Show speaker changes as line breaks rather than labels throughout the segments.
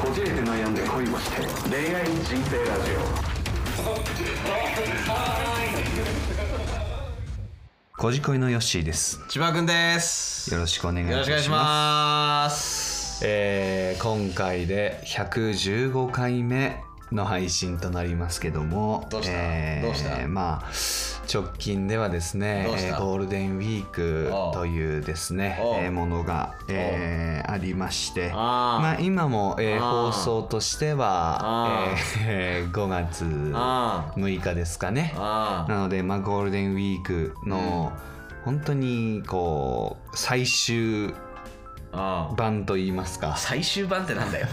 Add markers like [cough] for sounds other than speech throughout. こじれて悩んで恋をして恋愛人生ラジオこじこいのヨッシーです
千葉くんです
よろしくお願い
よろしくお願い
し
し
ま
ます
すえー今回で115回目の配信となりますけども
どうした
えー
どうした
まあ直近ではですね
どうし
え
た
ーゴールデンウィークというですね
おう
えーものが、えーありまして
あー
まあ、今も、えー
あー
放送としては
あ、
えー [laughs] 5月
あ
6日ですかね
ああ
なので、まあ、ゴールデンウィークの本当にこう最終
あ
版といいますか、
最終版ってな
[laughs]
んだよ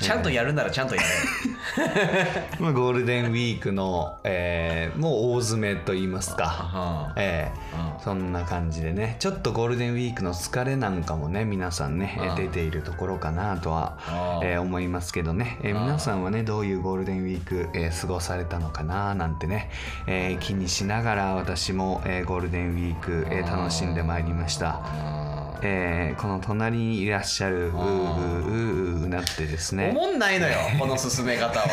ちゃんとやるならちゃんとやれ
まあ、ゴールデンウィークの、えーもう大詰めといいますか、
あ
えー
うん
そんな感じでねちょっとゴールデンウィークの疲れなんかもね皆さんねえー
うん
出ているところかなとは
あ
えー思いますけどね、えー
ああ
皆さんはねどういうゴールデンウィーク、えー過ごされたのかななんてね、えー気にしながら私も、えーゴールデンウィーク、えー楽しんでまいりました、
あ
えーこの隣にいらっしゃるうーうーうーうーうなってです
お
ね
もんないのよこの進
[laughs]
め方は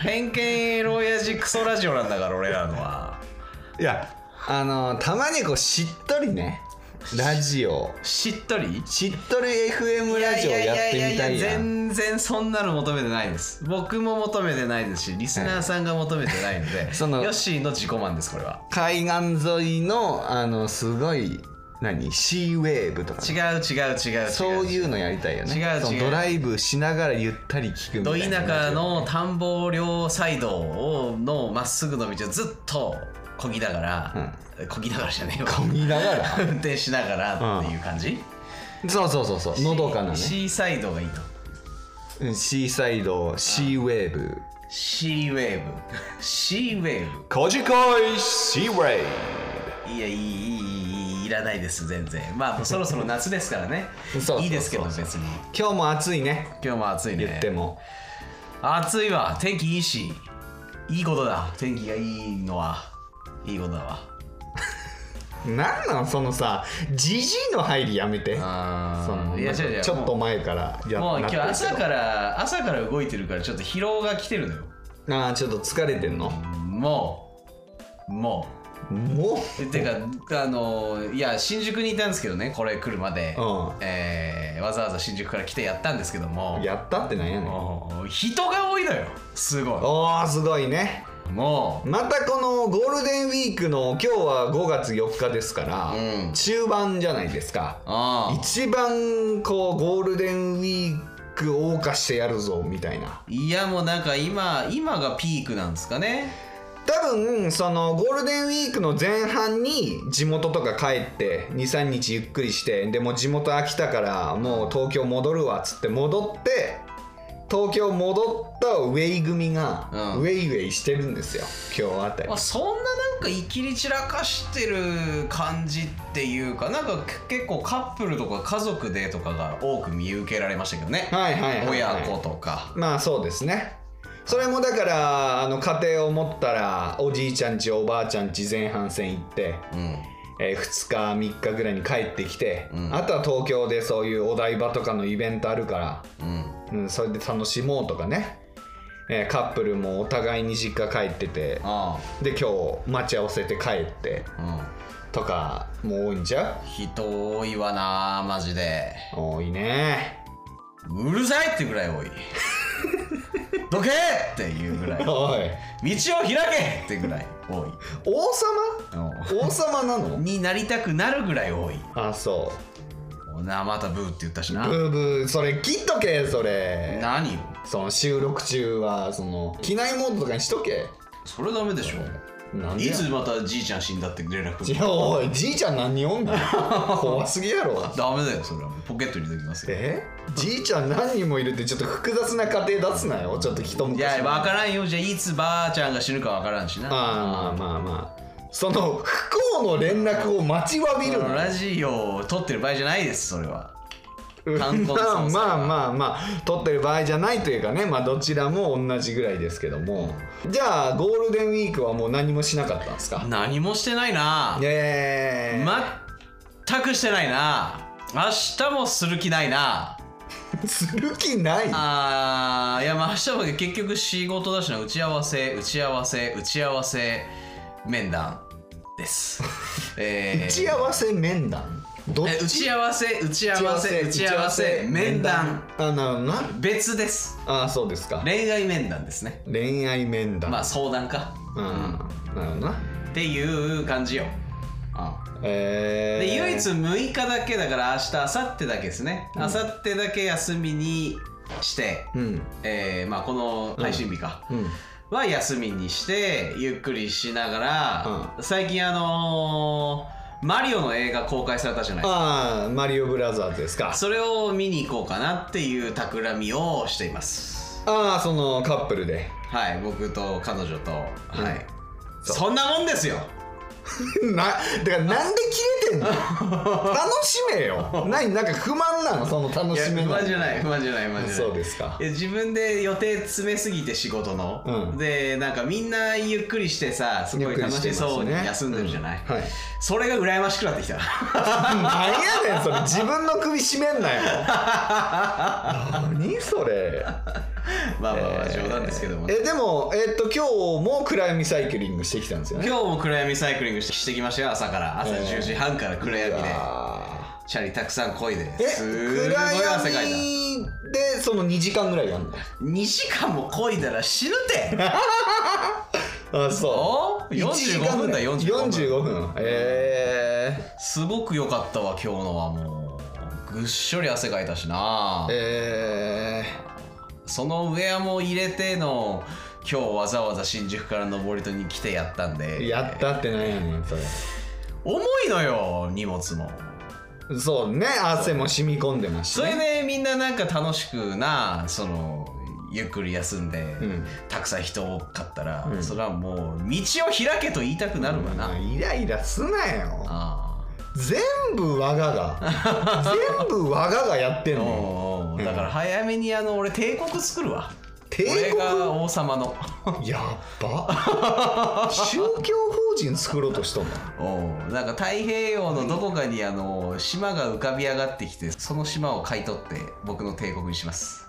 偏見エロやじクソラジオなんだから俺らのはい
やあのーたまにこうしっとりねラジオ
しっとり
しっとり FM ラジオやってみたいやん
全然そんなの求めてないです僕も求めてないですしリスナーさんが求めてないので
その
ヨッシーの自己満ですこれは
海岸沿いのあのすごい何シーウェーブとかね
違う違う違う違う
そういうのやりたいよね
違う
その
違う
ドライブしながらゆったり聞くみ
ど
たいな
田舎の田んぼ両サイドをのまっすぐの道をずっとこぎながら、こぎながらじゃねえわ
混みながら
運転しながらっていう感じ、
そうそうそうそうのどかなねシ
シーサイドがいいと
ーサイドシーウェーブ
シーウェーブシーウェー
こじこいシーウェー
ブいやいいいいいいいらないです全然まあそろそろ夏ですからね
[laughs] そうそうそう
いいですけど別に
今日も暑いね
今日も暑いね
言っても、
暑いわ天気いいしいいことだ天気がいいのはいいことだわ
なんなんそのさじじいの入りやめて
あ
その
いや違う違う
ちょっと前からや
もう
な
今
って
日
るけど
朝から朝から動いてるからちょっと疲労が来てるのよ
あーちょっと疲れてんの
もうも
も
うえてかあのいや新宿にいたんですけどねこれ来るまで、
うん
えーわざわざ新宿から来てやったんですけども
うやったってなんやねん
もう人が多いのよすご
おーすごいね
いも
またこのゴールデンウィークの今日は5月4日ですから、
うん
中盤じゃないですか
うああ
一番こうゴールデンウィーク謳歌してやるぞみたいない
やもうなんか今今がピークなんですかね
多分そのゴールデンウィークの前半に地元とか帰って23日ゆっくりしてでもう地元飽きたからもう東京戻るわっつって戻って東京戻ったウェイ組がウ
うん
ェイウェイしてるんですよ、今日あたり
まあ、そんななんかいきり散らかしてる感じっていうかなんかけ結構カップルとか家族でとかが多く見受けられましたけどね、
はいはいはいはい
親子とか
まあそうですねそれもだからあの家庭を持ったらおじいちゃんちおばあちゃんち前半戦行って、
うん
え2日3日ぐらいに帰ってきて、
うん
あとは東京でそういうお台場とかのイベントあるから、
うん
うん、それで楽しもうとかね、えーカップルもお互いに実家帰ってて
あ
で今日待ち合わせて帰って
あうん
とかも多いんちゃ
人多いわなマジで
う多いね
うるさいってぐらい多いどけっていうぐらい道を
おい
開けってぐらい多い
王
う
様王様なの
んになりたくなるぐらい多い
あそう
なまたブーって言ったしな
ブーブーそれ切っとけそれ
何よ
その収録中はその機内モードとかにしとけ
それダメでしょ
なんで
い
や
つまたじいちゃん死んだって連絡来
い
る
やおいじいちゃん何人お
[laughs]
んの怖すぎやろ
ダメだよそれはポケットに入れときますよ
えじいちゃん何人もいるってちょっと複雑な家庭出すなよちょっと人も
いや分からんよじゃあいつばあちゃんが死ぬか分からんしな
まあまあまあまあその不幸の連絡を待ちわびる
この
の
ラジオを撮ってる場合じゃないですそれは
うんまあ
観光捜査
まあまあまあ撮ってる場合じゃないというかねまあどちらも同じぐらいですけどもじゃあゴールデンウィークはもう何もしなかったんですか
何もしてないな
ええ
全くしてないな明日もする気ないな
[laughs] する気ない
あーいやまあ明日も結局仕事だしな打ち合わせ打ち合わせ打ち合わせ面談です [laughs] えー
打ち合わせ面談どっ
え打
ち
ち合わせ打ち合わせ打ち合わせ面談
あなるほどな
別です
あそうですか
恋愛面談ですね
恋愛面談
まあ相談か
うんなるほどな
っていう感じよ、
えー、
で唯一6日だけだから明日明後日だけですね、明後日だけ休みにして、
うん
えーまあ、この配信日か、
うん
は休みにしてゆっくりしながら、最近あのーマリオの映画公開されたじゃない
ああマリオブラザーズですか
それを見に行こうかなっていう企みをしています
ああそのカップルで [laughs]
はい僕と彼女と、
うん
はい
そう
そんなもんですよ
なだからなんで切れ
[laughs]
てんの楽しめよ何なんか不満なのその楽
いや
しめ
不
の
満じゃない不満じゃない不満じゃない
そうですか
いや自分で予定詰めすぎて仕事の、
うん
でなんかみんなゆっくりしてさすごい楽しそうに休んでるじゃない、
はい
それが羨ましくなってきた [laughs]
なんやねんそれ自分の首絞めんな
[laughs]
よ何それ
まあまあまあ冗談ですけども、ね
えでもえっと今日も暗闇サイクリングしてきたんですよね
今日も暗闇サイクリングしてしてきましたよ朝から朝
えー
10時半から暗闇で、
あ
チャリたくさんこいで
ーえ
すごい汗か
暗
いた
闇でその2時間ぐらいやんの
2時間もこいだら死ぬて
[laughs] あそ
お
う45
45分だ45分
45分え
すごく良かったわ今日のはもうぐっしょり汗かいたしな
ー、え
そのウェアも入れての今日わざわざ新宿から登戸に来てやったん
ー、
で
やったってなんやねんそれ
重いのよ荷物も
そうね汗も染み込んでますし、
そ
ね、
れでみんななんか楽しくなそのゆっくり休んで、
ん
たくさん人多かったら、
うん
それはもう道を開けと言いたくなるわな、
まあイライラすなよ
あ
全部我が
[laughs]
が全部我ががやってん
あ
のよ
おうおうだから早めにあの俺帝国作るわ
帝国
[laughs] 俺が王様の
やっば宗教法人作ろうとしとんの
おうなんか太平洋のどこかにあの島が浮かび上がってきてその島を買い取って僕の帝国にします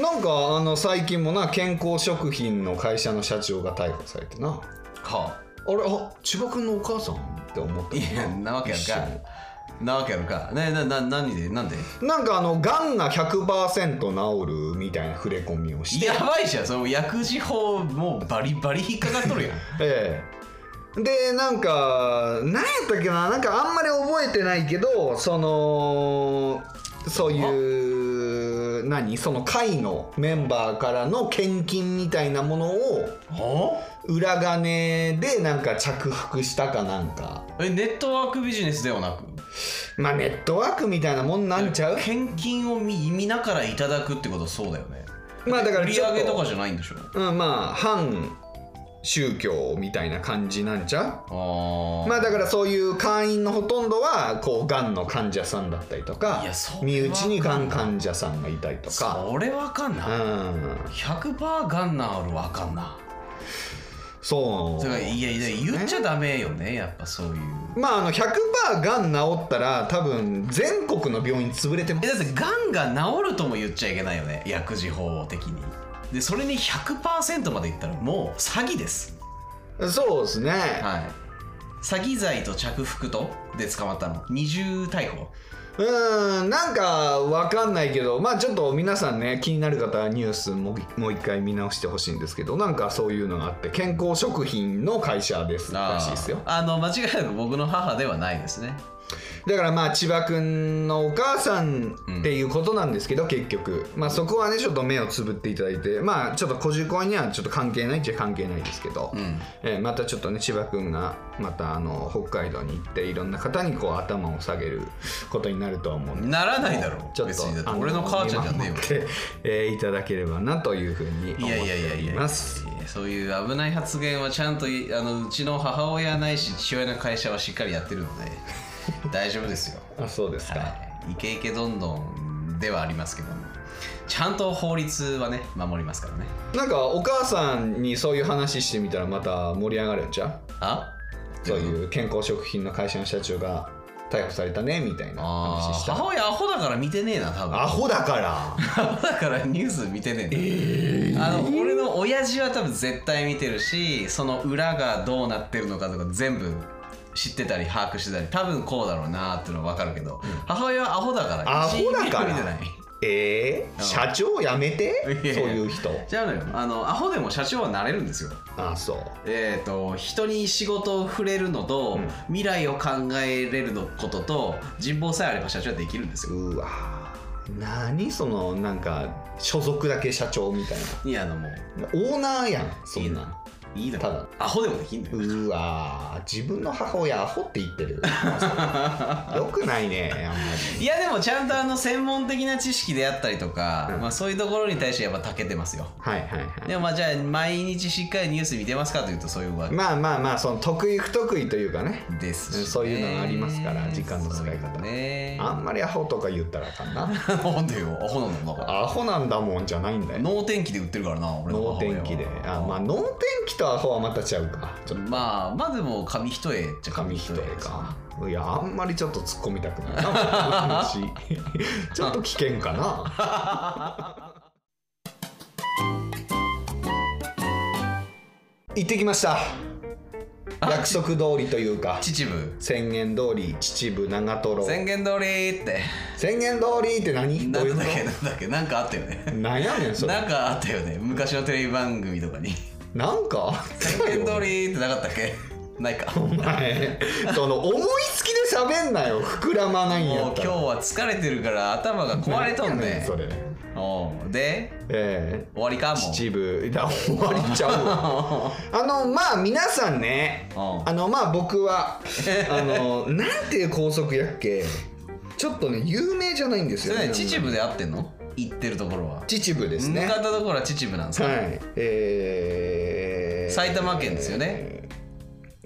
なんかあの最近もな健康食品の会社の社長が逮捕されてな
は
あれあ千葉君のお母さんって思った
いやなわけやる
一緒
かなわけやるかねなな何でなんで
になんかあのがんが100%治るみたいな触れ込みをして
やばいじゃんその薬事法もうバリバリ引っかかっとるやん
ええでなんか何やったっけななんかあんまり覚えてないけどそのそういう何その会のメンバーからの献金みたいなものを
は
裏金でなんか着服したかなんか
えネットワークビジネスではなく
まあネットワークみたいなもんなんちゃう
献金をみ皆からいただくってことはそうだよね
まあだから
売り
ちょっ
上げとかじゃないんでしょ
うんまあ反宗教みたいな感じなんちゃう
ああ
まあだからそういう会員のほとんどはこうがんの患者さんだったりとか
いやそれは
身内にがん患者さんがいたりとか
それわかん
う
ない
ん
100%ガンナールわかんな
そう
それからいやいや言っちゃダメよねやっぱそういう
まああの100%がん治ったら多分全国の病院潰れてま
え
す
だってがんが治るとも言っちゃいけないよね薬事法的にでそれに100%までいったらもう詐欺です
そうですね、
はい詐欺罪と着服とで捕まったの二重逮捕
うーんなんかわかんないけどまあちょっと皆さんね気になる方はニュースもうもう一回見直してほしいんですけどなんかそういうのがあって健康食品の会社ですらしいですよ
あの間違いなく僕の母ではないですね
だからまあ千葉君のお母さんっていうことなんですけど、結局まあそこはねちょっと目をつぶっていただいてまあちょっと小じこにはちょっと関係ないっちゃ関係ないですけど、
うん
えーまたちょっとね千葉君がまたあの北海道に行っていろんな方にこう頭を下げることになるとは思うんで
ならないだろ
ちょっ
別
と
にだって
あ
俺の母ちゃんじゃねえ
見
よ
守ってえーいただければなというふうに思
い
っ
やいやいや
てお
い
り
や
ます。
そういう危ない発言はちゃんといあのうちの母親ないし父親の会社はしっかりやってるの
[laughs]
で大丈夫ですよ
あそうですか、
はいイケイケどんどんではありますけどもちゃんと法律はね守りますからね
なんかお母さんにそういう話してみたらまた盛り上がるんちゃう
あ
そういう健康食品の会社の社長が逮捕されたねみたいな
あ
話
ー
した
母親アホだから見てねえな多分
アホだ
[laughs]
から
アホだからニュース見てねえな、あの俺の親父は多分絶対見てるしその裏がどうなってるのかとか全部知ってたり把握してたり多分こうだろうなーっていうのは分かるけど、母親はアホだから
アホだか
一ミリも見て
ら
ない
えー、社長やめて
いやいや
そういう人
じゃあのよあのアホでも社長はなれるんですよ
ああそう
えー、と人に仕事を触れるのと、
うん
未来を考えれるのことと人望さえあれば社長はできるんですよ
うわー何そのなんか所属だけ社長みたい
いやあのもう
なオーナーやんそんない
いだ
ただ
アホでもできんのよ
うわー自分の母親アホって言って
[laughs]
るよくないねあんまり
いやでもちゃんとあの専門的な知識であったりとか、
うん
まあ、そういうところに対してやっぱたけてますよ
はいはいはい
でもまあじゃあ毎日しっかりニュース見てますかというとそういうわけ
まあまあまあその得意不得意というかね
ですしね、
そういうのがありますから時間の使い方
そうね
あんまりアホとか言ったらあかんな
なんでよアホなんだもんだから
アホなんだもんじゃないんだよ
能天気で売ってるからな俺の
能
母親は
天気であまあ能天気とアホはまた違うかちょっと
まあまあでも紙一重っちゃ
紙
紙一
一
重
重
です
かいやあんまりちょっと突っ込みたくないなこの [laughs] 話ちょっと危険かな行ってきました
あ
約束通りというか
秩父
宣言通り秩父長瀞
宣言通りって
宣言通りって何ど
な
ういうんこ
だっけなんだっけなんかあったよ
と
ね
なんやねんそ
な
れ
んかあったよね昔のテレビ番組とかに
なんかあったよ
宣言通りってなかったっけないか
お [laughs] 前その思いつきで喋んなよ膨らまないんや
も
っ
う今
た
日
ら
は疲れてるから頭が壊れとん
なんやね
ね
それ
おうで
ええ
終わりかもう
秩父だ終わり
[laughs]
ちゃうわあのまあ皆さんね
うん
あのまあ僕はあのなんていう高速やっけちょっとね有名じゃないんですよ
それ
ね
ね秩父で会ってんの行ってるところは
秩父です
向
ね
か
は
ったところは秩父なんですか
いえー、
埼玉県ですよね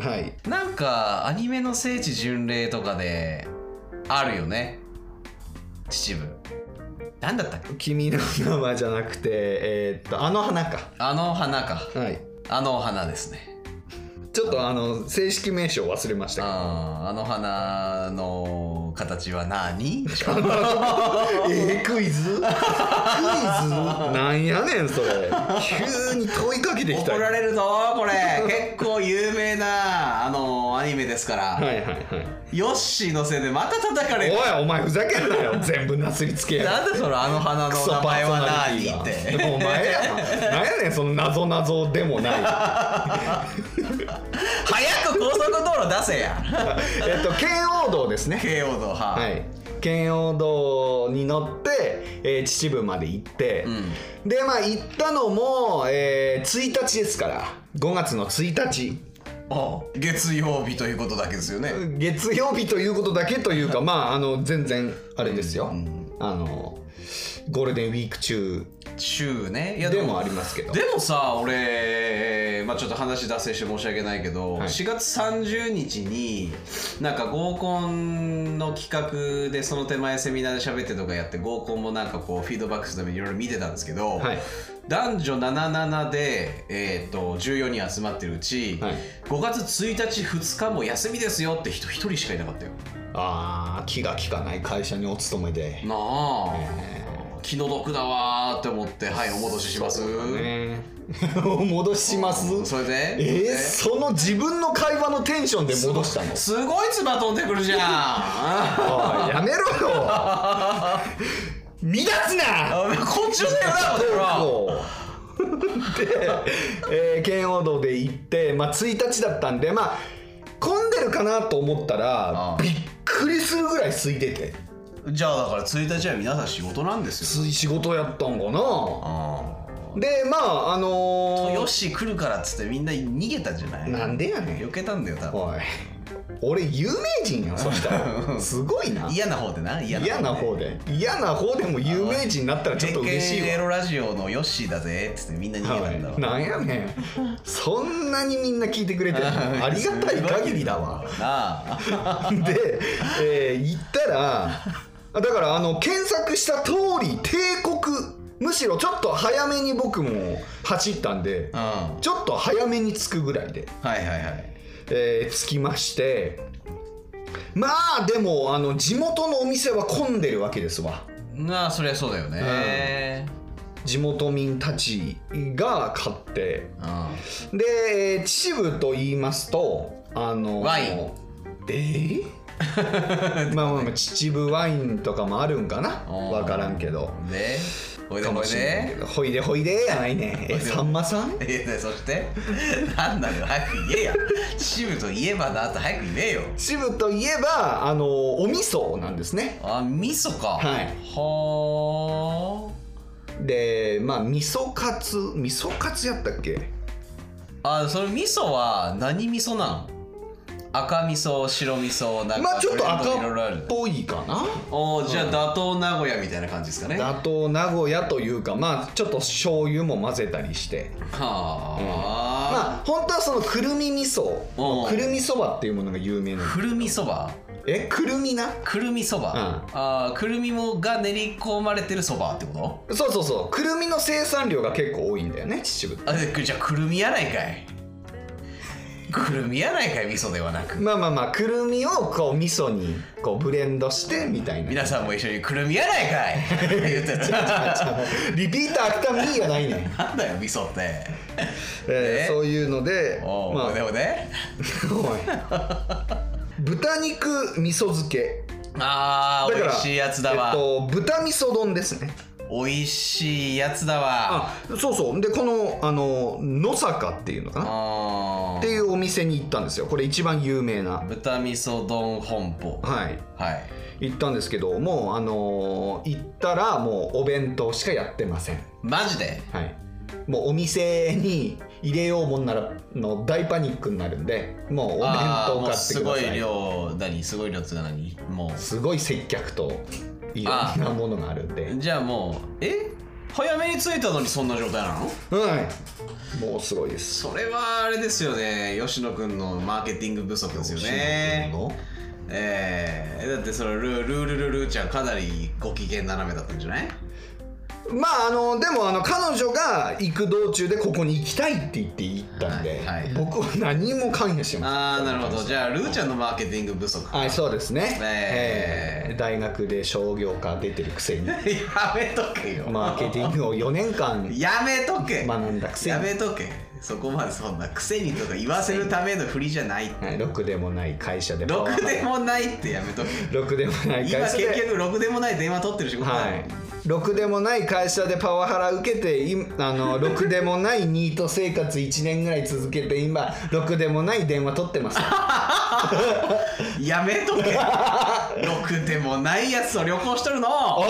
はい
なんかアニメの聖地巡礼とかであるよね秩父なんだったっけ
君の名前じゃなくてえーっとあの花か
あの花か
はい
あの花ですね
ちょっとあの正式名称忘れましたけど
あーあの花の形は何
えー、クイズクイズなんやねんそれ急に問いかけてきた
怒られるぞこれ結構有名なあのアニメですから、
はいはいはい
ヨッシーのせいでまた叩かれる
おいお前ふざけんなよ全部なすりつけやがって
なんでそのあの花
ク
の
ソ
名
パ
前
ーソ
は
ナリ
何
ティが
って
お前やなんやねんその謎謎でもない [laughs]
早く高速道路出せや
えっと圏央道ですね
慶応のは
はい圏央道に乗って、えー秩父まで行って、
うん
でまあ行ったのも、えー1日ですから5月の1日
あ月曜日ということだけですよね。
月曜日ということだけというかまああの全然あれですよ、
うん
あのゴールデンウィーク中
週ね。いや
でもありますけど
でもさ俺、まあ、ちょっと話脱線して申し訳ないけど、
はい
4月30日になんか合コンの企画でその手前セミナーで喋ってとかやって合コンもなんかこうフィードバックするためにいろいろ見てたんですけど、
はい
男女77で、えー、と14人集まってるうち、
はい
5月1日2日も休みですよって人1人しかいなかったよ。
あー気が利かない会社にお勤めで、
なあ。
え
気の毒だわーって思ってはいお戻しします
ーね [laughs] お戻しします
それで
えー、
ね
その自分の会話のテンションで戻したの
すごい唾飛んでくるじゃんあ
おいやめろよ乱すな
[laughs] こっちのせいだ
どう
ろ
こうで、えー、圏央道で行って、まあ、1日だったんでまあ混んでるかなと思ったら
ああ
びっくりするぐらい空いてて
じゃあだから1日は皆さん仕事なんですよ
つい仕事やったんかな
あ
でまああ
あ
の
よ
ー、
し来るからっつってみんな逃げたんじゃない
なんでやねん
避けたんだよ多分
おい俺有名人よそしたらすごいな
嫌な方でな嫌
嫌な方
で
で嫌な方でも有名人になったらちょっと嬉しいわ
鉄拳エロラジオのヨッシーだぜっつってみんな逃げたんだわ、
はい、なんやねんそんなにみんな聞いてくれてるありがたい限りだわ
なあ
[laughs] で、えー行ったらあだからあの検索した通り帝国むしろちょっと早めに僕も走ったんで
うんは
ちょっと早めに着くぐらいで、
いはいはい
えー着きましてまあでもあの地元のお店は混んでるわけですわ
なあそりゃそうだよね、
地元民たちが買って
う
でえー秩父と言いますとあの
ワイン
えーまあまあまあ秩父ワインとかもあるんかな
うん
分からんけど
んでおいで
か
お
も
い
しれんけ
で
どほいでほいでやないねえさんまさ
[laughs]
ん
えでそしてなんなの早く言えや秩父といえばだって早く言えよ
秩父といえばあのお味噌なんですね
あ味噌か
はい
は
でまあ味噌カツ味噌カツやったっけ
ああその味噌は何味噌なの赤味噌白味噌なんか
まあちょっと赤
いろいろあ
っ
る
ぽいかな
おーじゃあ打倒名古屋みたいな感じですかねは
打倒名古屋というかまあちょっと醤油も混ぜたりして
あ、
まあ本当はそのくるみ味噌
うん
くるみそばっていうものが有名なの
くるみそば
えくるみな
くるみそば、あーくるみもが練り込まれてるそばってこと
そうそうそうくるみの生産量が結構多いんだよね秩父
あでじゃあくるみやないかいくるみやないかい味噌ではなく
まあまあまあくるみをこう味噌にこうブレンドしてみたいな
皆さんも一緒にくるみやないかい [laughs] 言ってた
[laughs] リピーターアクタミーがないねん、
なんだよ味噌って
えー
ね
そういうので
おう、
まあ
おでおで
おい豚肉味噌漬け
あー美味しいやつだわ、
えっと、豚味噌丼ですね
美味しいやつだわ
あそうそうでこのあの野坂っていうのかなっ
あー
ていうお店に行ったんですよこれ一番有名な
豚味噌丼本舗
はい
はい
行ったんですけどもうあのー行ったらもうお弁当しかやってません
マジで
はいもうお店に入れようもんならの大パニックになるんでもうお弁
あー
当
もう
買って
す
く
ご
だ
い
さい
量何すごい量っていうか何も
すごい接客といろんなものがあるんで
うじゃあもうえ早めに着いたのにそんな状態なの
はいもうすごいです
それはあれですよね吉野君のマーケティング不足ですよねええだってそれルールールルルーちゃんかなりご機嫌斜めだったんじゃない
まああのでもあの彼女が行く道中でここに行きたいって言って行ったんで、
はいはい
僕は何も関与してま
ああなるほどじゃあルーちゃんのマーケティング不足
せんはいそうですね、
えー
えー大学で商業科出てるくせ
[laughs]
に
[laughs] やめとけよ
マーケティングを4年間
やめとけ
学んだくせに
やめとけそこまでそんなくせにとか言わせるための振りじゃないって
はいろくでもない会社で
ろくで
も
もないってやめとけ
[laughs] ろくでもない会
今結
社で
局ろくでもない電話取ってる仕事だ
は
もん
いろくでもない会社でパワハラ受けていあのろくでもないニート生活1年ぐらい続けて今ろくでもない電話取ってます
やめと
[laughs]
けろくでもないやつと旅行しとるの
おい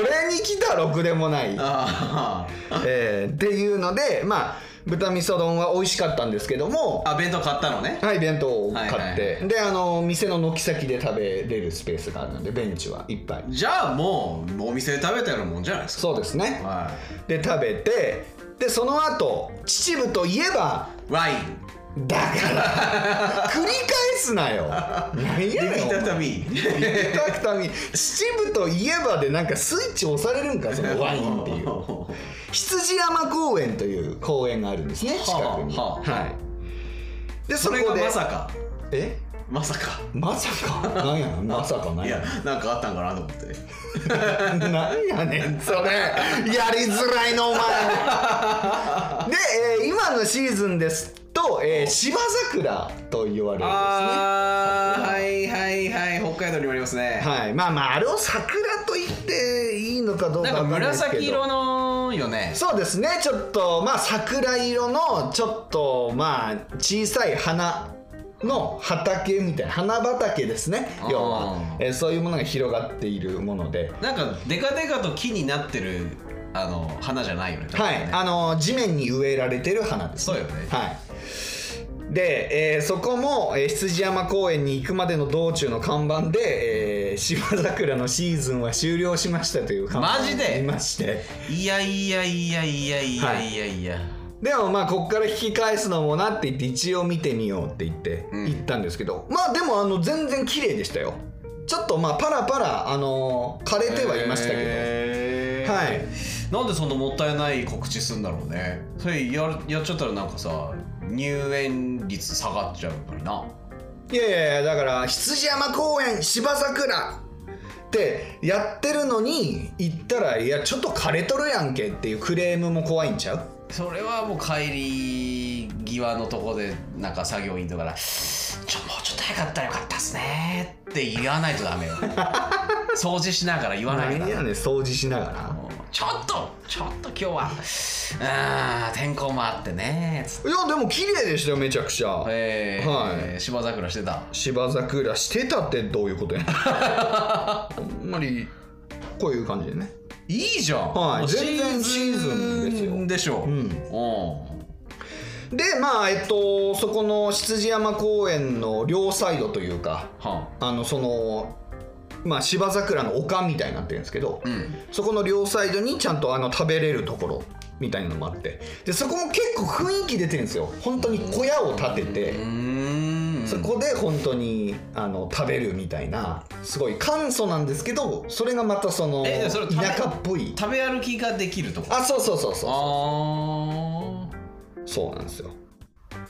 [laughs]
俺に来たろくでもない、
あー
えーっていうのでまあ豚味噌丼は美味しかったんですけども
あ弁当買ったのね
はい弁当を買って、
はいはいは
であの店の軒先で食べれるスペースがあるのでベンチはいっぱい
じゃあもうお店で食べたようなもんじゃないですか
そうですね
は
で食べてでその後秩父といえば
いワイン
だから
[laughs]
繰り返すなよ何や
リ
ね
ピ
んお前
ート旅
リピートアクターに秩父といえばでなんかスイッチ押されるんかそのワインっていう羊山公園という公園があるんですね
はあ
近くに
はあ
はいでそ
そ
こ
れが
で
まさか
え
まさか
まさかなんや
[laughs]
ねんまさかなん
い
や
やなんかあったんかなと思って
ねん [laughs] なんやねんそれ
[laughs]
やりづらいのお前で、えー今のシーズンですと、えー、芝桜と言われるんですね
ああはいはいはい北海道にもありますね
はい、まあまああれを桜と言っていいのかどうか
なん
わ
か
んないですけど
紫色のよね
そうですねちょっとまあ桜色のちょっとまあ小さい花の畑みたいな花畑ですね
あー
要は、えーそういうものが広がっているもので。
なんかデカデカと木になってるあの花じゃないよね多分
はい、
ね
あの地面に植えられてる花です、
そうよね
はい。で、えーそこも、えー羊山公園に行くまでの道中の看板で、えー芝桜のシーズンは終了しましたという看板
マジで
がありまして。
いやいやいやいやいやいやいや、
でもまあこっから引き返すのもなって言って一応見てみようって言って
うん
行ったんですけど、まあでもあの全然綺麗でしたよちょっとまあパラパラあのー枯れてはいましたけど、
け
はい
なんでそんなもったいない告知するんだろうねそれやるやっちゃったらなんかさ入園率下がっちゃうのにな
いやいやいやだから羊山公園芝桜ってやってるのに行ったらいやちょっと枯れとるやんけっていうクレームも怖いんちゃう
それはもう帰り際のとこでなんか作業員とかから「ちょもうちょっと早かったらよかったっすね」って言わないとダ
[laughs]
メよ掃除しながら言わないとダ
何
メ
やねん掃除しながら
ちょっとちょっと今日はあー天候もあってねつって
いやでも綺麗でしたよめちゃくちゃ、
えー
はい
芝桜してた
芝桜してたってどういうことやあんまりこういう感じでね
いいじゃん、
はい
もう
全然シーズンですよ
シーズンでしょう、
うんでまあえっとそこの羊山公園の両サイドというか
は
あのそのまあ芝桜の丘みたいになってるんですけど、
あうん
そこの両サイドにちゃんとあの食べれるところみたいなのもあってでそこも結構雰囲気出てるんですよ本当に小屋を建てて
うーん
そこで本当にあの食べるみたいなすごい簡素なんですけどそれがまたその
えでそれ食べ
田舎っぽい
食べ歩きができるとこ
あそうそうそうそう
あ
そうなんですよ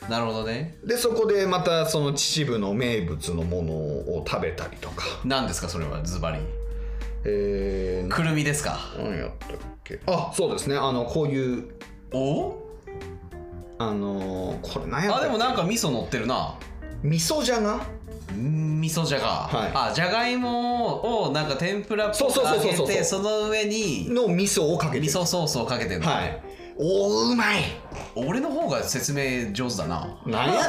あなるほどね
でそこでまたその秩父の名物のものを食べたりとか
何ですかそれはズバリ
えー、
くるみですか
何やったっけあそうですねあのこういう
お
あのーこれ何やった
あ
っけ
でもなんか味噌乗ってるな
味噌じゃが
うん味噌じゃが、
はい
あじゃがいもをなんか天ぷらっぽ
そう
く
そうそう
揚
そうそう
げてその上に
の味噌をかけて
味
る
噌ソースをかけてるの、
はいおーうまい
俺の方が説明上手だな
何や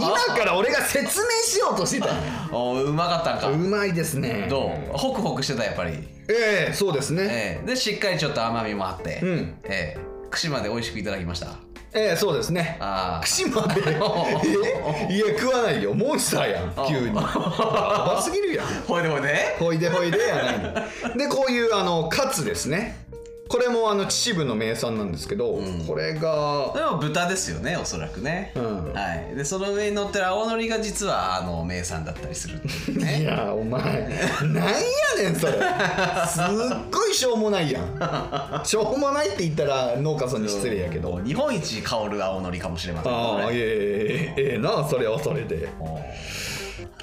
[laughs]
今から俺が説明しようとしてたの
おうまかったんか
ようまいですね
どうホクホクしてたやっぱり、
ええそうですね、
ええでしっかりちょっと甘みもあって、
うん
ええ串まで美味しくいただきました
ええそうですね
あー
串まで
[laughs]
えいや食わないよモンスターやん急にやばすぎるやん
ほいでほいで
[laughs] ほいでほいでやないのでこういうあのカツですねこれもあの秩父の名産なんですけど、
うん
これが
でも豚ですよねおそらくね、
うん
はい、でその上に乗ってる青のりが実はあの名産だったりするって
[laughs]
いう
[laughs]
ね
いやお前なんやねんそれすっごいしょうもないや [laughs] んしょうもないって言ったら農家さんに失礼やけど
日本一香る青のりかもしれませんね
ああいえいえええなそれはそれで
おう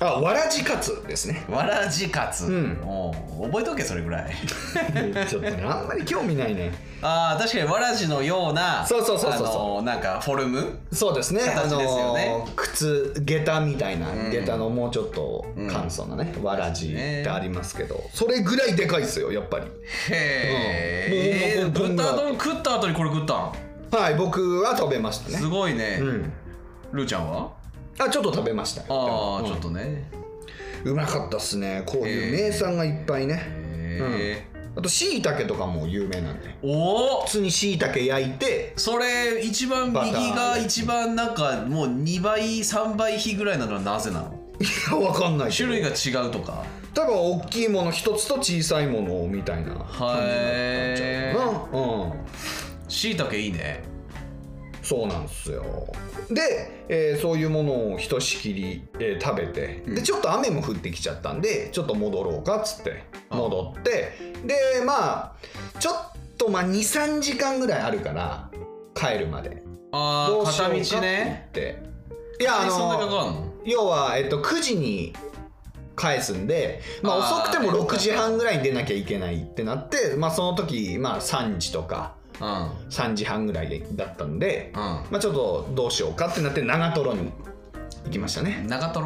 あわらじカツです [laughs] ね
わらじかつ、
ん
おう覚えとけそれぐらい [laughs]
ちょっとねあんまり興味ないね
あー確かにわらじのような
そうそうそうそうそう
あのなんかフォルム
そうですねあ
形ですよね
のー靴下駄みたいな、
うん
下駄のもうちょっと簡素なね、わらじってありますけどそれぐらいでかいっすよやっぱり
へえ、
うんもうもう
豚丼食った後にこれ食ったん
はい僕は食べました
す
ね
ごいね、
うん
ルーちゃんは
あちょっと食べましたよ
ああ、
うん
ちょっとね
うまかったっすねこういう名産がいっぱいね、
へえ、
あと椎茸とかも有名なんで
おお
普通に椎茸焼いて [laughs]
それ一番
バター
右が一番なんかもう2倍3倍比ぐらいなのはなぜなの
いやわかんないけ
種
ど
類が違うとか
多分大きいもの一つと小さいものみたいな感じ
へ
に
え
なったんちゃうかな、うん
しいたけいいね
そうなんですよで、えーそういうものをひとしきり、えー食べて
う
で
ん
ちょっと雨も降ってきちゃったんでちょっと戻ろうかっつって
あ
戻ってでまあちょっと、まあ、23時間ぐらいあるから帰るまで
あ
ど
あ
うしようか
片
って言
道ね
っていやあ
えそんなか
の
かんの
要は、えっと、9時に返すんで、まあ、
あー
遅くても6時半ぐらいに出なきゃいけないってなって、まあ、その時、まあ、3時とか
うん
3時半ぐらいだったんで、
う
まあ、ちょっとどうしようかってなって長瀞に行きましたね
ん長瀞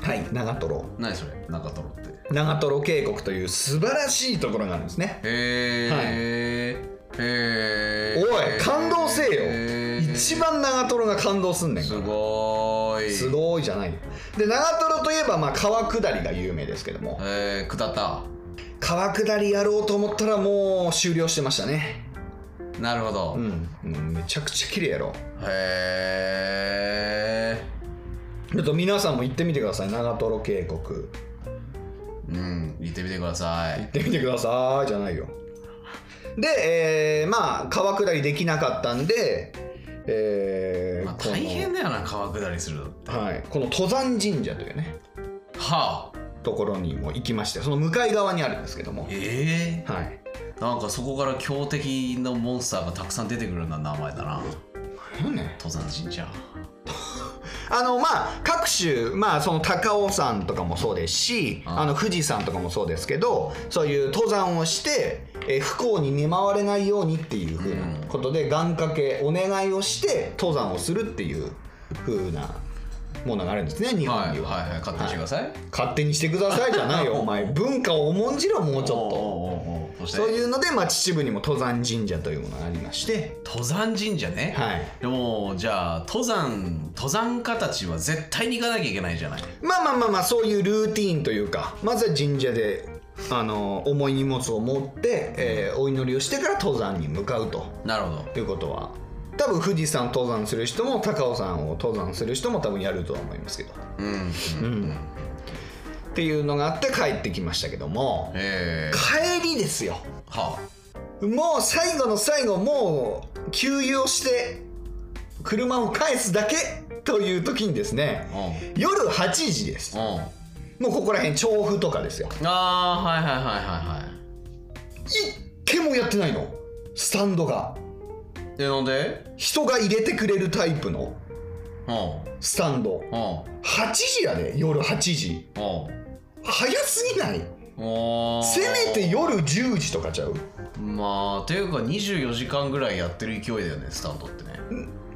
はい長瀞
何それ長瀞って
長瀞渓谷という素晴らしいところがあるんですね
へ
はい
えへえ
おい感動せえ
へ
よ
ー
一番長瀞が感動すんねんか
す
ら
ごーい
すごいじゃないで長瀞といえばまあ川下りが有名ですけども
えー、下った
川下りやろうと思ったらもう終了してましたね
なるほど、
うんうんめちゃくちゃ綺麗やろ
へえ
ちょっと皆さんも行ってみてください長瀞渓谷行
うん行ってみてください
ってみてくださいじゃないよで、えーまあ川下りできなかったんで、えー
まあ、
この
大変だよな川下りするのって
はい、この登山神社というね
はあ
ところにも行きましてその向かい側にあるんですけども
ええ
はい
なんかそこから強敵のモンスターがたくさん出てくるような名前だな
何やねん
登山神社
あのまあ各種まあその高尾山とかもそうですし
あ
あの富士山とかもそうですけどそういう登山をして、えー不幸に見舞われないようにっていうふうなことで願掛けお願いをして登山をするっていうふうなものがあるんですね日
は
本
い
には。
はいはい勝手にしてください、
勝手にしてくださいじゃないよお [laughs] 前文化を重んじろもうちょっと。
おうおうおうおうそして
そういうので、まあ、秩父にも登山神社というものがありまして
登山神社ね、
はい
でもじゃあ登山登山家たちは絶対に行かなきゃいけないじゃない
まあまあまあまあそういうルーティーンというかまずは神社であの重い荷物を持って、えーお祈りをしてから登山に向かうと
なるほど
いうことは多分富士山登山する人も高尾山を登山する人も多分やるとは思いますけどっ
うん、うん、
ていうのがあって帰ってきましたけども
えー、
帰りですよ
は
もう最後の最後もう給油をして車を返すだけという時にですね
あう
夜8時です
んうん
もうここら辺調布とかですよ
あーはいはいはいはいはい
一軒もやってないのスタンドが
でなんで
人が入れてくれるタイプの
うん
スタンド
う
8時やで夜8時
んうん
早すぎない
おー
せめて夜10時とかちゃう
まあていうか24時間ぐらいやってる勢いだよねスタンドってね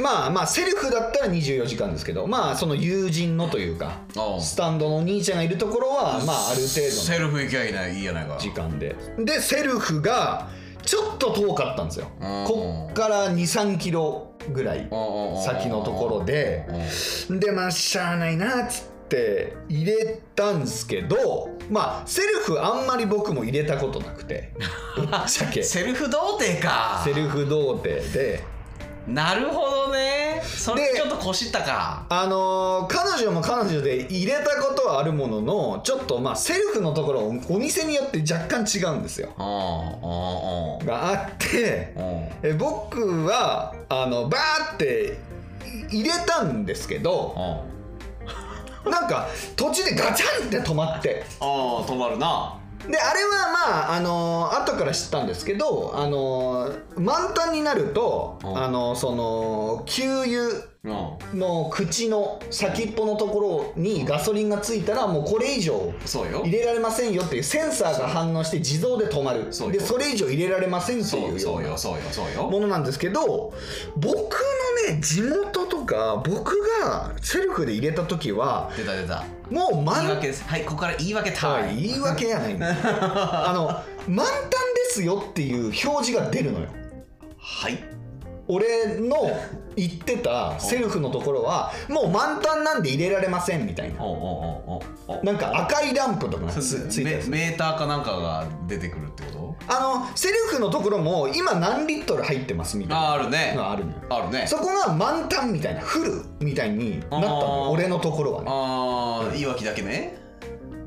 まあまあセルフだったら24時間ですけどまあその友人のというか
ああ
スタンドのお兄ちゃんがいるところはまあある程度
セルフ行きゃいいないいいやないか
の時間ででセルフがちょっと遠かったんですよ
うん
こっから23キロぐらい先のところで
うん
でまあしゃあないなっつって入れたんですけどまあセルフあんまり僕も入れたことなくてぶっちゃ
[laughs]
けセ
セルフ童貞か
ルフ童貞で
なるほどねそれ
で
ちょっとこしったか
あのー彼女も彼女で入れたことはあるもののちょっとまあセルフのところおお店によって若干違うんですよ
うんうんうん
があって
うん
え僕はあのバーってい入れたんですけど
あ
なんか途中でガチャンって止まって。
あ止まるな
であれはまああのー後から知ったんですけどあのー満タンになると、
うん
あのーその給油
うん
の口の先っぽのところにガソリンがついたらもうこれ以上
そうよ
入れられませんよっていうセンサーが反応して自動で止まる
そうよ
でそれ以上入れられませんって
そ
いううよ
そうう
な
よそうよそうよ
ものなんですけど僕のね地元とか僕がセルフで入れた時は
出た出た
もう満
言い
タン
訳ですはいここから言い訳タイム
言い訳やないんだよあの満タンですよっていう表示が出るのよ
はい
俺の言ってたセルフのところはもう満タンなんで入れられませんみたいな
おうおうおうおうお
なんか赤いランプとかが
そ
つついて
メ
る
メーターかなんかが出てくるってこと
あのセルフのところも今何リットル入ってますみたい
ああるね
なのがあるのよ
あるね
そこが満タンみたいなフルみたいになったの
あー
よ俺のところはね
ああいわきだけね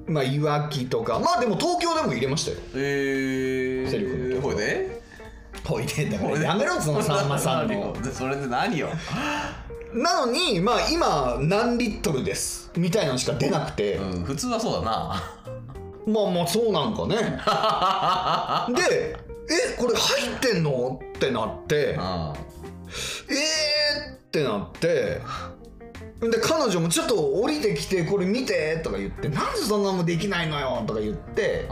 まあいわきとかまあでも東京でも入れましたよ
ええ
セルフのとこ
これで
ほいでだからやめろそのさんまさんの
[laughs] それで何よ
なのにまあ今何リットルですみたいなのしか出なくて、
うん普通はそうだな [laughs]
まあまあそうなんかねでえこれ入ってんのってなって
う
えーってなってで彼女もちょっと降りてきてこれ見てとか言ってなんでそんなのできないのよとか言って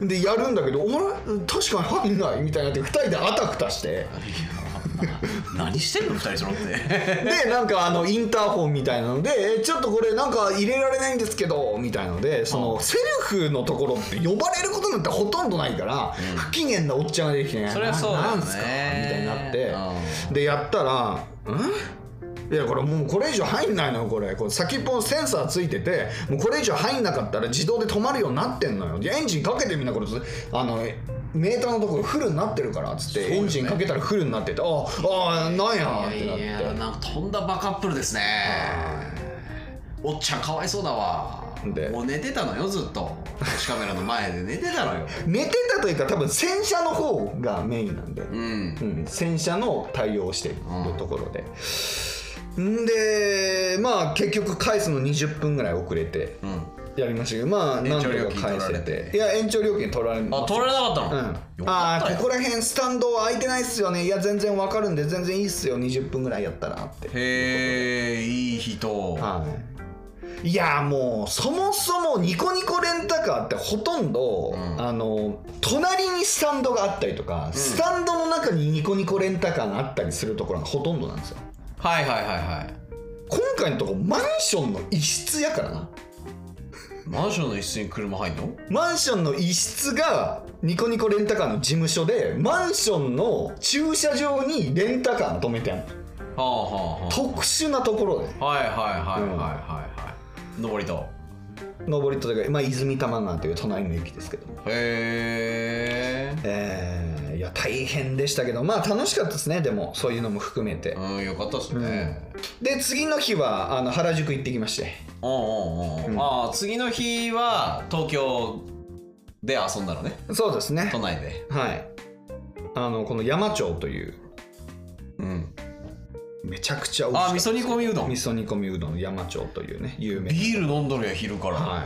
んうん
でやるんだけどお前確かに入んないみたいになって2人であたふたして
何してるの二人揃って
でなんかあのインターホンみたいなのでえ「ちょっとこれなんか入れられないんですけど」みたいのでそのセルフのところって呼ばれることなんてほとんどないから、不機嫌なおっちゃんが出てきてね「
そりゃそうだ
な
よね
なんすか?」みたいになってでやったら「んいやこれもうこれ以上入んないのよこれこれ先っぽのセンサーついててもうこれ以上入んなかったら自動で止まるようになってんのよでエンジンかけてみんなこれあのメーターのところフルになってるからっつって、
そうよね
エンジンかけたらフルになっててああなんやってなって
いやいやなんかとんだバカップルですねおっちゃんかわいそうだわ
で
もう寝てたのよずっと監視カメラの前で寝てたのよ
寝てたというか多分洗車の方がメインなんで、
うん
うん、洗車の対応をしてるところで、んでまあ結局返すの20分ぐらい遅れて
うん
やりましたけどまあ
延
なんと
長料
か
金
返
取
せ
られて
ていや延長料金取られます
あ取られなかったの、
う
よ
ん、あ
かった
あ
よ
ここら辺スタンド空いてないっすよねいや全然わかるんで全然いいっすよ20分ぐらいやったらって
へえいい人
はいいやもうそもそもニコニコレンタカーってほとんど、
うん
あの隣にスタンドがあったりとか、スタンドの中にニコニコレンタカーがあったりするところがほとんどなんですよ
はいはいはいはい
今回のとこマンションの一室やからな
マンションの一室に車入んの
マンションの一室がニコニコレンタカーの事務所でマンションの駐車場にレンタカー止めてん
はあはあは
特殊なところで
あはいはいはいはいはいはい登りと
上りというか、まあ、泉多摩川という隣の駅ですけども
へ
えーいや大変でしたけどまあ楽しかったですねでもそういうのも含めて
えうんよかったっすね、
で次の日はあの原宿行ってきまして
うんうんうん、
うん
ああ次の日は東京で遊んだのね
そうですね
都内で
はいあのこの山町という
うん
めちゃくちゃ美
あ
味
味
しか
噌
っ
煮込みうど
た
ん
味噌煮込みうどん山町というね有名
ビール飲んどるや昼からは
はい
あ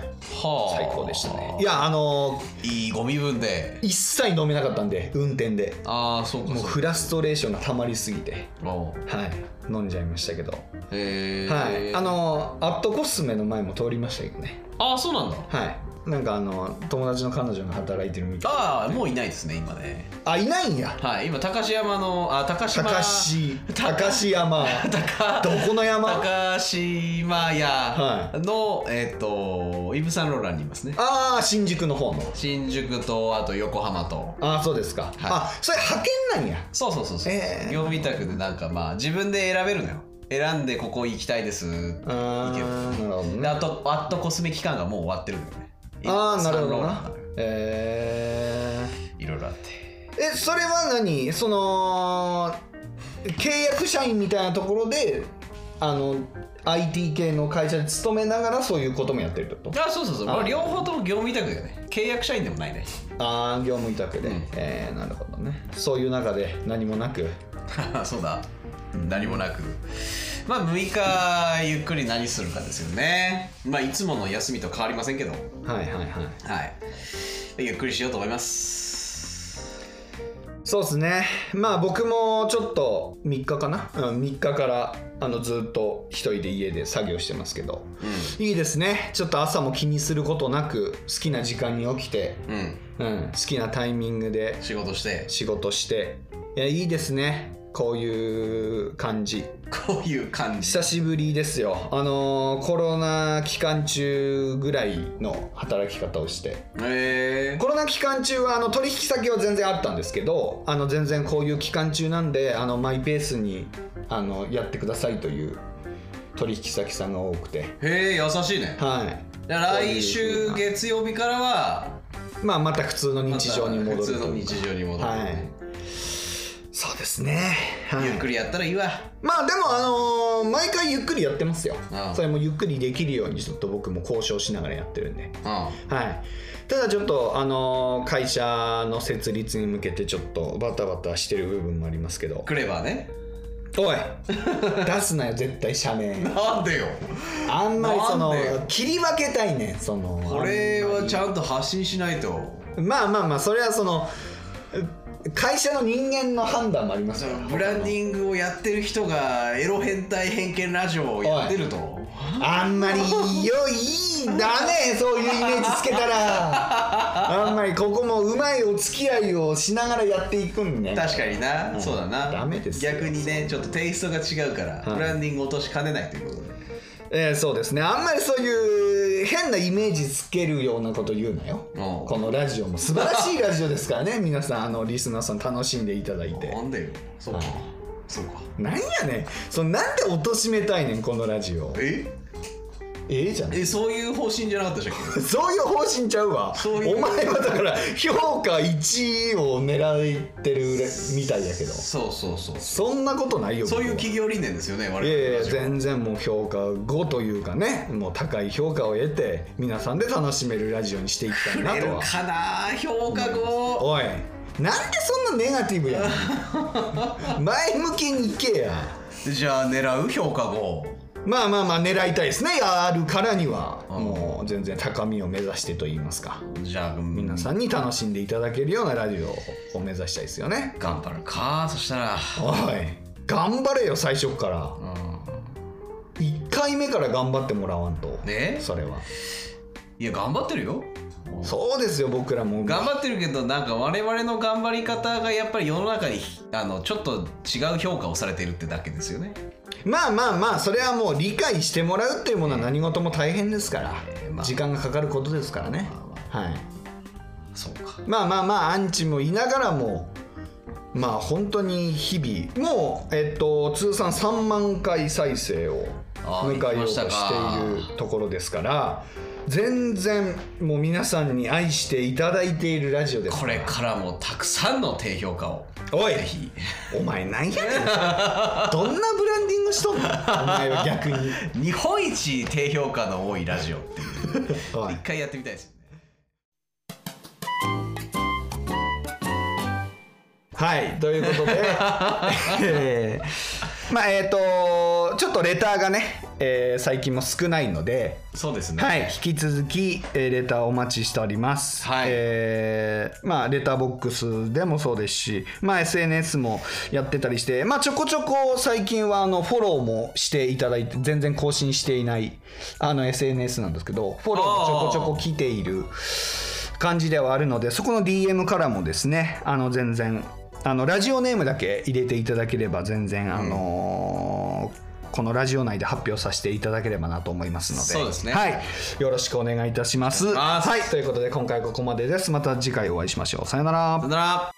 最高でしたねい
いや
やあの
いいご身分で
一切飲めなかったんで運転で
ああそうか
もう
そう
フラストレーションが溜まりすぎて
か
はい飲んじゃいましたけど
うんへえ
はいあのアットコスメの前も通りましたけどね
ああそうなんだ
はいなんかあの友達の彼女が働いてるみたい
ああもういないですね今ね
あいないんや
はい今高志山のあ高島
高志高志山
高
どこの山
高島
は
屋の、えっ、とイブ・サンローランにいますね
ああ新宿の方の
新宿とあと横浜と
ああそうですか、あそれ派遣なんや
そうそうそうそう、
えー
業務委託でなんかまあ自分で選べるのよ選んでここ行きたいです
ああなるほど
で
ね
あとあとコスメ期間がもう終わってるんだよね
ああなるほ
サン
ど
ローラン
な
のよ
えー
いろいろあって
えそれは何その契約社員みたいなところであの IT 系の会社で勤めながらそういうこともやってるってこと
あそうそうそう
あ
まあ両方とも業務委託だよね契約社員でもないね
ああ業務委託で、
うん
えーなるほどねそういう中で何もなく
[laughs] そうだ何もなくまあ6日ゆっくり何するかですよねまあいつもの休みと変わりませんけどはい
はいはいはい
でゆっくりしようと思います
そうですねまあ僕もちょっと3日かな、うん、3日からあのずっと一人で家で作業してますけど
う
いいですねちょっと朝も気にすることなく好きな時間に起きて、
んうん
うん、好きなタイミングで
仕事して
仕事していやいいですねこういう感じ
こういう感じ
久しぶりですよあのーコロナ期間中ぐらいの働き方をして
へえ
コロナ期間中はあの取引先は全然あったんですけどあの全然こういう期間中なんであのマイペースにあのやってくださいという取引先さんが多くて、
へえ優しいね
はい、
じゃあ来週月曜日からは
まあまた普通の日常に戻る
普通の
というか
日常に戻る、
はいそうですね、はい、
ゆっくりやったらいいわ
まあでもあのー毎回ゆっくりやってますよ
ああ
それもゆっくりできるようにちょっと僕も交渉しながらやってるんで
う
はい、ただちょっと、あのー会社の設立に向けてちょっとバタバタしてる部分もありますけど
んクレバーね
おい出すなよ絶対社名
なんでよ
あんまりその
なんでよ
切り分けたいねんその
これはちゃんと発信しないと
まあまあまあそれはその会社の人間の判断もありますから
ブランディングをやってる人がエロ変態偏見ラジオをやってると
あんまりいいよいいだねそういうイメージつけたらあんまりここもうまいお付き合いをしながらやっていくんね
確かにな、
うん
そうだな
ダメですよ
逆にねちょっとテイストが違うから、
はい
ブランディング落としかねないということで
えー、そうですねあんまりそういう変なイメージつけるようなこと言うなよ
おう
このラジオも素晴らしいラジオですからね [laughs] 皆さんあのリスナーさん楽しんでいただいて
なんでよそうか、
はい
そうか
なんやねんそのなんで貶としめたいねんこのラジオえ
え
えじゃない
えそういう方針じゃなかったでしたっけ
そういう方針ちゃうわ
そういう
お前はだから評価1位を狙ってるみたいやけど
そうそうそう
そんなことないよ
そういう
僕は
企業理念ですよね我々
いやいや
ラジオは
全然もう評価5というかねもう高い評価を得て皆さんで楽しめるラジオにしていきた
[laughs]
いな
出
と
る
は
かな評価後、
おいなんでそんなネガティブ
[laughs]
やねん前向きにいけや
じゃあ狙う評価後
まあまあまあ狙いたいですねやるからには
うん
もう全然高みを目指してと言いますか
じゃあ
皆さんに楽しんでいただけるようなラジオを目指したいですよね
頑張るかそしたら
おい頑張れよ最初っから
うん
1回目から頑張ってもらわんと
ね
それはい
や頑張ってるよ
そうですよ僕らも
頑張ってるけどなんか我々の頑張り方がやっぱり世の中にあのちょっと違う評価をされてるってだけですよね、
まあまあまあそれはもう理解してもらうっていうものは何事も大変ですから、
えーまあ
時間がかかることですからね、
まあ
はい、
そうか
まあまあまあアンチもいながらもまあ本当に日々もう、えっと、通算3万回再生を
あー
迎えようとして
行きまし
いるところですから全然もう皆さんに愛していただいているラジオです
これからもたくさんの低評価を
おい
ぜひ
お前なんやねんどんなブランディングしとんのお前は逆に
日本一低評価の多いラジオっていう
おい
一回やってみたいですよね
はいということ
[laughs]
で、えーまあえっ、とちょっとレターがね、えー最近も少ないので、
そうですね
はい、引き続き、えーレターお待ちしております、
はい
えーまあ、レターボックスでもそうですし、まあ、SNS もやってたりして、まあ、ちょこちょこ最近はあのフォローもしていただいて全然更新していないあの SNS なんですけどフォローもちょこちょこ来ている感じではあるのでそこの DM からもですねあの全然あのラジオネームだけ入れていただければ全然あのーこのラジオ内で発表させていただければなと思いますので
そうですね
はい、よろしくお願いいたします
願いします
はいということで今回はここまでですまた次回お会いしましょうさよなら
さよなら